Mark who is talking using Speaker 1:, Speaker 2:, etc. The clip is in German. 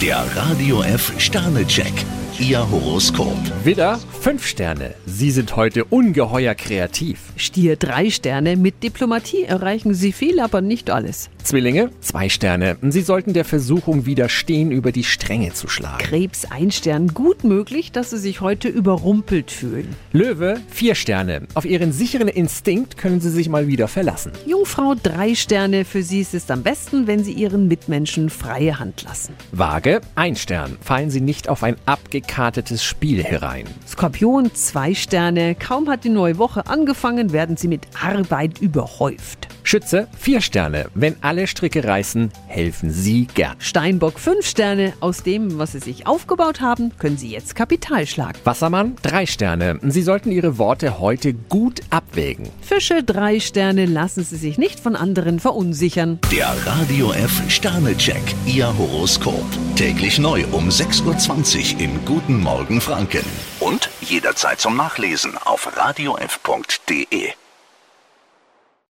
Speaker 1: Der Radio F Sternecheck, Ihr Horoskop.
Speaker 2: Widder, 5 Sterne. Sie sind heute ungeheuer kreativ.
Speaker 3: Stier drei Sterne. Mit Diplomatie erreichen Sie viel, aber nicht alles.
Speaker 2: Zwillinge, 2 Sterne. Sie sollten der Versuchung widerstehen, über die Stränge zu schlagen.
Speaker 3: Krebs ein Stern. Gut möglich, dass Sie sich heute überrumpelt fühlen.
Speaker 2: Löwe, 4 Sterne. Auf ihren sicheren Instinkt können Sie sich mal wieder verlassen.
Speaker 3: Jungfrau drei Sterne. Für Sie ist es am besten, wenn Sie Ihren Mitmenschen freie Hand lassen.
Speaker 2: Waage, 1 Stern. Fallen Sie nicht auf ein abgekartetes Spiel herein.
Speaker 3: Skorpion zwei Sterne. Kaum hat die neue Woche angefangen, werden Sie mit Arbeit überhäuft.
Speaker 2: Schütze, 4 Sterne. Wenn alle Stricke reißen, helfen Sie gern.
Speaker 3: Steinbock fünf Sterne. Aus dem, was Sie sich aufgebaut haben, können Sie jetzt Kapital schlagen.
Speaker 2: Wassermann, 3 Sterne. Sie sollten Ihre Worte heute gut abwägen.
Speaker 3: Fische drei Sterne. Lassen Sie sich nicht von anderen verunsichern.
Speaker 1: Der Radio F Sternecheck, Ihr Horoskop. Täglich neu um 6.20 Uhr im Guten Morgen Franken. Und jederzeit zum Nachlesen auf radiof.de.